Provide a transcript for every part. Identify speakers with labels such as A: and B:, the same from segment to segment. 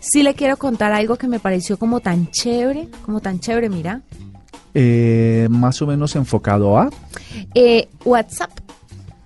A: Sí le quiero contar algo que me pareció como tan chévere, como tan chévere, mira.
B: Eh, más o menos enfocado a
A: Eh, WhatsApp.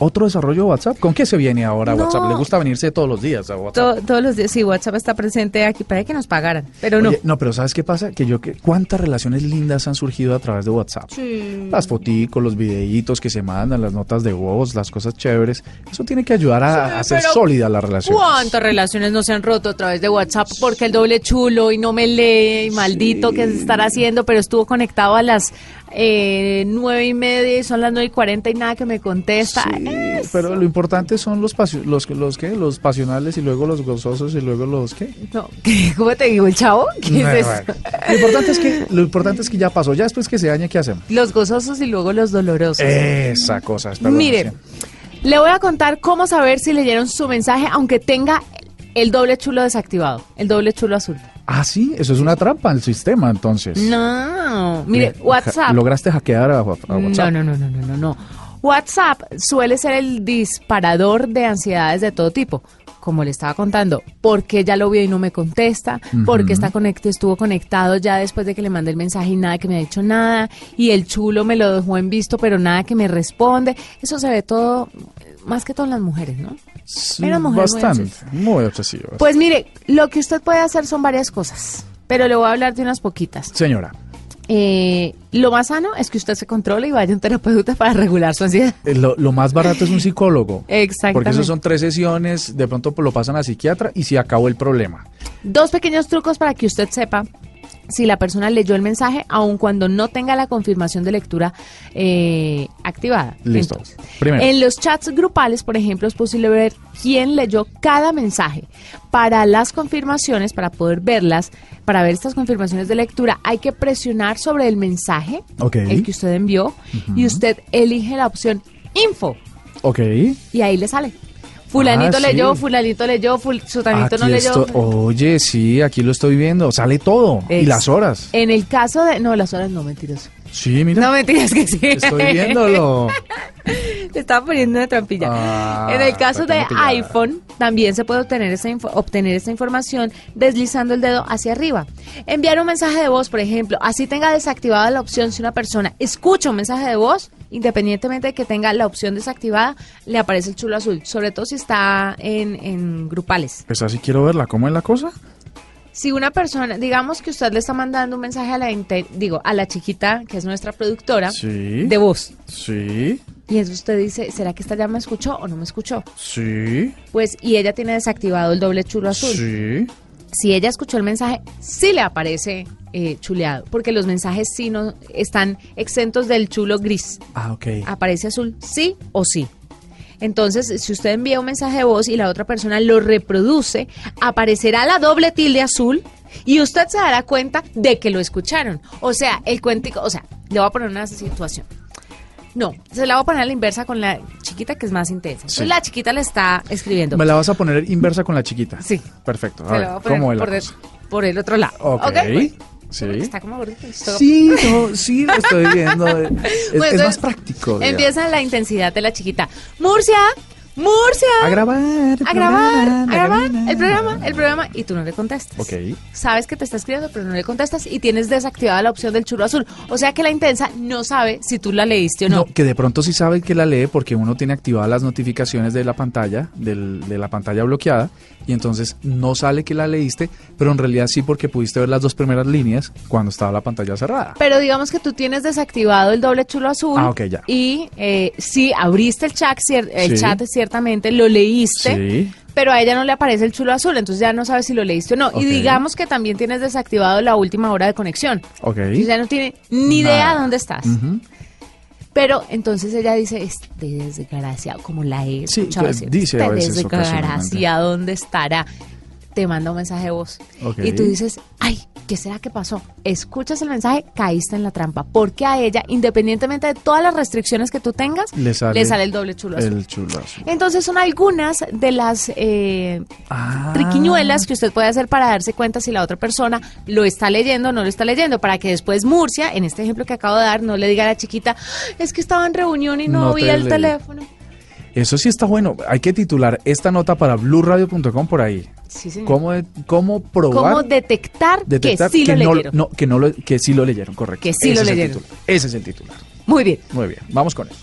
B: otro desarrollo de WhatsApp. ¿Con qué se viene ahora
A: No.
B: WhatsApp? Le gusta venirse todos los días a
A: To-
B: WhatsApp.
A: todos los días, sí, WhatsApp está presente aquí para que nos pagaran, pero no.
B: Oye, no, pero ¿sabes qué pasa? Que yo que cuántas relaciones lindas han surgido a través de WhatsApp. Las foticos, los videitos que se mandan, las notas de voz, las cosas chéveres. Eso tiene que ayudar a, a hacer
C: pero-
B: sólida la relación.
C: ¿Cuántas relaciones no se han roto a través de WhatsApp? Porque el doble chulo y no me lee, y maldito que se estará haciendo, pero estuvo conectado a las eh, nueve y media y son las nueve y cuarenta y nada que me contesta. Eh,
B: Pero lo importante son los pasio- los los qué, los pasionales y luego los gozosos y luego los qué.
C: no, ¿qué? ¿Cómo te digo el chavo? ¿Qué
B: Bueno,
C: es eso?
B: bueno. Lo importante es que lo importante es que ya pasó. Ya después que se dañe, ¿qué hacemos?
C: Los gozosos y luego los dolorosos.
B: Eh, Esa cosa. perdón,
C: Mire,
B: sí.
C: le voy a contar cómo saber si leyeron su mensaje, aunque tenga el doble chulo desactivado, el doble chulo azul.
B: Ah, sí, eso es una trampa al sistema, entonces.
C: No, mire,
B: Mire, ja-
C: WhatsApp.
B: ¿Lograste hackear a, a WhatsApp?
C: No, no, no, no, no, no, no. WhatsApp suele ser el disparador de ansiedades de todo tipo. Como le estaba contando, ¿por qué ya lo vio y no me contesta? ¿Por qué está conect- estuvo conectado ya después de que le mandé el mensaje y nada que me ha dicho nada? Y el chulo me lo dejó en visto, pero nada que me responde. Eso se ve todo, más que todo en las mujeres, ¿no?
B: Sí,
C: Era mujer muy
B: Bastante,
C: obsesiva.
B: muy obsesiva.
C: Pues mire, lo que usted puede hacer son varias cosas, pero le voy a hablar de unas poquitas.
B: Señora,
C: Eh, lo más sano es que usted se controle y vaya a un terapeuta para regular su ansiedad.
B: eh, lo, lo más barato es un psicólogo.
C: Exactamente.
B: Porque eso son tres sesiones, de pronto pues, lo pasan a psiquiatra y se acabó el problema.
C: Dos pequeños trucos para que usted sepa si la persona leyó el mensaje, aun cuando no tenga la confirmación de lectura eh, activada.
B: Listo.
C: Entonces,
B: Primero.
C: En los chats grupales, por ejemplo, es posible ver quién leyó cada mensaje. Para las confirmaciones, para poder verlas, para ver estas confirmaciones de lectura, hay que presionar sobre el mensaje,
B: Ok.
C: el que usted envió, y usted elige la opción info
B: Ok.
C: y ahí le sale. Fulanito
B: Ah, sí.
C: leyó, fulanito leyó, ful- sutanito no
B: Aquí
C: leyó.
B: esto- oye, sí, aquí lo estoy viendo. Sale todo. Y
C: Ex-
B: las horas.
C: En el caso de. No, las horas no, mentiras.
B: Sí, mira.
C: No, mentiras que sí.
B: Estoy viéndolo.
C: Te estaba poniendo una trampilla.
B: Ah,
C: en el caso
B: para
C: de
B: que no pillara.
C: iPhone, también se puede obtener esa, info- obtener esa información deslizando el dedo hacia arriba. Enviar un mensaje de voz, por ejemplo. Así tenga desactivada la opción. Si una persona escucha un mensaje de voz, independientemente de que tenga la opción desactivada, le aparece el chulo azul. Sobre todo si está en, en grupales.
B: Pues así quiero verla. ¿Cómo es la cosa?
C: Si una persona, digamos que usted le está mandando un mensaje a la inte- digo, a la chiquita, que es nuestra productora,
B: Sí.
C: de voz.
B: Sí,
C: Y eso usted dice, ¿será que esta ya me escuchó o no me escuchó?
B: sí,
C: Pues, y ella tiene desactivado el doble chulo azul.
B: sí.
C: Si ella escuchó el mensaje, sí le aparece eh, chuleado, porque los mensajes sí no están exentos del chulo gris.
B: Ah, ok.
C: Aparece azul, sí o sí. Entonces, si usted envía un mensaje de voz y la otra persona lo reproduce, aparecerá la doble tilde azul y usted se dará cuenta de que lo escucharon. O sea, el cuentico, o sea, le voy a poner una situación. No, se la voy a poner a la inversa con la chiquita que es más intensa. Entonces,
B: Sí.
C: la chiquita le está escribiendo.
B: Me la vas a poner inversa con la chiquita.
C: Sí.
B: Perfecto. A
C: se
B: ver,
C: la voy a poner
B: ¿cómo es la
C: por, de-
B: cosa?
C: por el otro lado.
B: Ok.
C: Bueno,
B: Sí.
C: Está como gordito.
B: Sí, no, sí, lo estoy viendo. Es, es
C: Bueno, entonces,
B: más práctico. digamos.
C: Empieza la intensidad de la chiquita. Murcia, Murcia.
B: A grabar.
C: a grabar, a grabar el programa, el programa, y tú no le contestas.
B: Ok.
C: Sabes que te está escribiendo, pero no le contestas y tienes desactivada la opción del chulo azul. O sea que la intensa no sabe si tú la leíste o no.
B: No, que de pronto sí sabe que la lee porque uno tiene activadas las notificaciones de la pantalla, del- de la pantalla bloqueada, y entonces no sale que la leíste, pero en realidad sí porque pudiste ver las dos primeras líneas cuando estaba la pantalla cerrada.
C: Pero digamos que tú tienes desactivado el doble chulo azul.
B: Ah, ok, ya.
C: Y eh, sí, abriste el chat, cier- el
B: Sí.
C: chat ciertamente, lo leíste.
B: Sí.
C: Pero a ella no le aparece el chulo azul, entonces ya no sabes si lo leíste o no.
B: Ok.
C: Y digamos que también tienes desactivado la última hora de conexión.
B: Ok.
C: Entonces ya no tiene ni
B: Nada.
C: idea dónde estás.
B: Ujú.
C: Pero entonces ella dice, este desgraciado, como la he
B: Sí,
C: escuchado
B: pues,
C: decir,
B: dice a
C: este
B: veces ocasionalmente.
C: desgraciado, ¿dónde estará? te manda un mensaje de voz.
B: Ok.
C: Y tú dices, ay, ¿qué será que pasó? Escuchas el mensaje, caíste en la trampa. Porque a ella, independientemente de todas las restricciones que tú tengas,
B: Le sale
C: el doble chulo azul.
B: El chulazo.
C: Entonces son algunas de las eh,
B: Ah.
C: triquiñuelas que usted puede hacer para darse cuenta si la otra persona lo está leyendo o no lo está leyendo, para que después Murcia, en este ejemplo que acabo de dar, no le diga a la chiquita, es que estaba en reunión y no,
B: No
C: vi
B: te
C: el
B: leí".
C: teléfono.
B: Eso sí está bueno. Hay que titular esta nota para blueradio.com por ahí.
C: Sí, señor.
B: ¿Cómo, de- cómo probar?
C: ¿Cómo detectar,
B: detectar
C: que sí lo
B: no,
C: leyeron?
B: no, que, no lo, que sí lo leyeron, correcto.
C: Que sí lo
B: es el
C: leyeron.
B: titular. Ese es el titular.
C: Muy bien.
B: Muy bien, vamos con eso.